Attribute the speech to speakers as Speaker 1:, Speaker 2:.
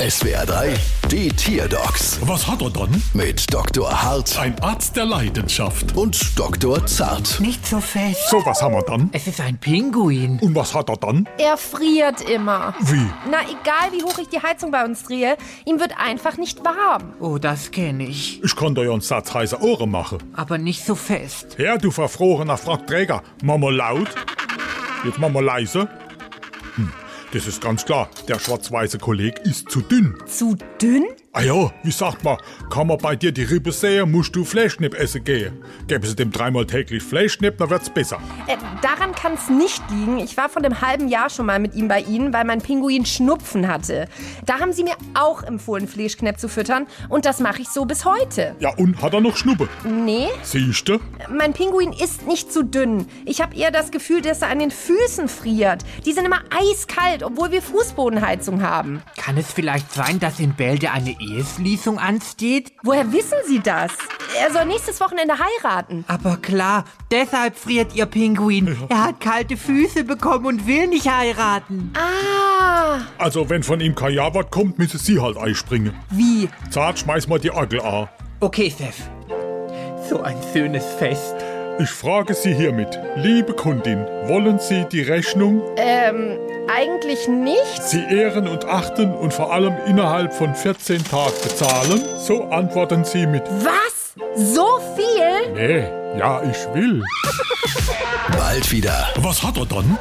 Speaker 1: SWR 3, die Tierdocs
Speaker 2: Was hat er dann?
Speaker 1: mit Dr. Hart
Speaker 2: Ein Arzt der Leidenschaft.
Speaker 1: und Dr. Zart.
Speaker 3: Nicht so fest.
Speaker 2: So, was haben wir dann?
Speaker 3: Es ist ein Pinguin.
Speaker 2: Und was hat er dann?
Speaker 4: Er friert immer.
Speaker 2: Wie?
Speaker 4: Na, egal wie hoch ich die Heizung bei uns drehe, ihm wird einfach nicht warm.
Speaker 3: Oh, das kenne ich.
Speaker 2: Ich kann dir ja einen Satz heiße Ohren machen.
Speaker 3: Aber nicht so fest.
Speaker 2: Ja, du verfrorener Frackträger. Mach mal laut. Jetzt mach mal leise. Hm, das ist ganz klar. Der schwarz-weiße Kolleg ist zu dünn.
Speaker 4: Zu dünn?
Speaker 2: Ah ja, wie sagt man, kann man bei dir die Rippe sehen, musst du Fleischknepp essen gehen. Gäbe es dem dreimal täglich Fleischknepp, dann wird's besser.
Speaker 4: Äh, daran kann es nicht liegen. Ich war vor dem halben Jahr schon mal mit ihm bei Ihnen, weil mein Pinguin Schnupfen hatte. Da haben Sie mir auch empfohlen, Fleischknepp zu füttern. Und das mache ich so bis heute.
Speaker 2: Ja, und hat er noch Schnuppe?
Speaker 4: Nee,
Speaker 2: Siehst du?
Speaker 4: mein Pinguin ist nicht zu dünn. Ich habe eher das Gefühl, dass er an den Füßen friert. Die sind immer eiskalt, obwohl wir Fußbodenheizung haben.
Speaker 3: Kann es vielleicht sein, dass in Bälde eine Eheschließung ansteht?
Speaker 4: Woher wissen Sie das? Er soll nächstes Wochenende heiraten.
Speaker 3: Aber klar, deshalb friert ihr Pinguin. Er hat kalte Füße bekommen und will nicht heiraten.
Speaker 4: Ah,
Speaker 2: Also, wenn von ihm kein Jawort kommt, müssen sie halt einspringen.
Speaker 4: wie?
Speaker 2: Zart, schmeiß mal die Agel an.
Speaker 3: Okay, Seth. So ein schönes Fest.
Speaker 2: Ich frage Sie hiermit, liebe Kundin, wollen Sie die Rechnung?
Speaker 4: Eigentlich nicht.
Speaker 2: Sie ehren und achten und vor allem innerhalb von 14 Tagen bezahlen? So antworten Sie mit
Speaker 4: Was? So viel?
Speaker 2: Nee, ja, ich will.
Speaker 1: Bald wieder.
Speaker 2: Was hat er dann?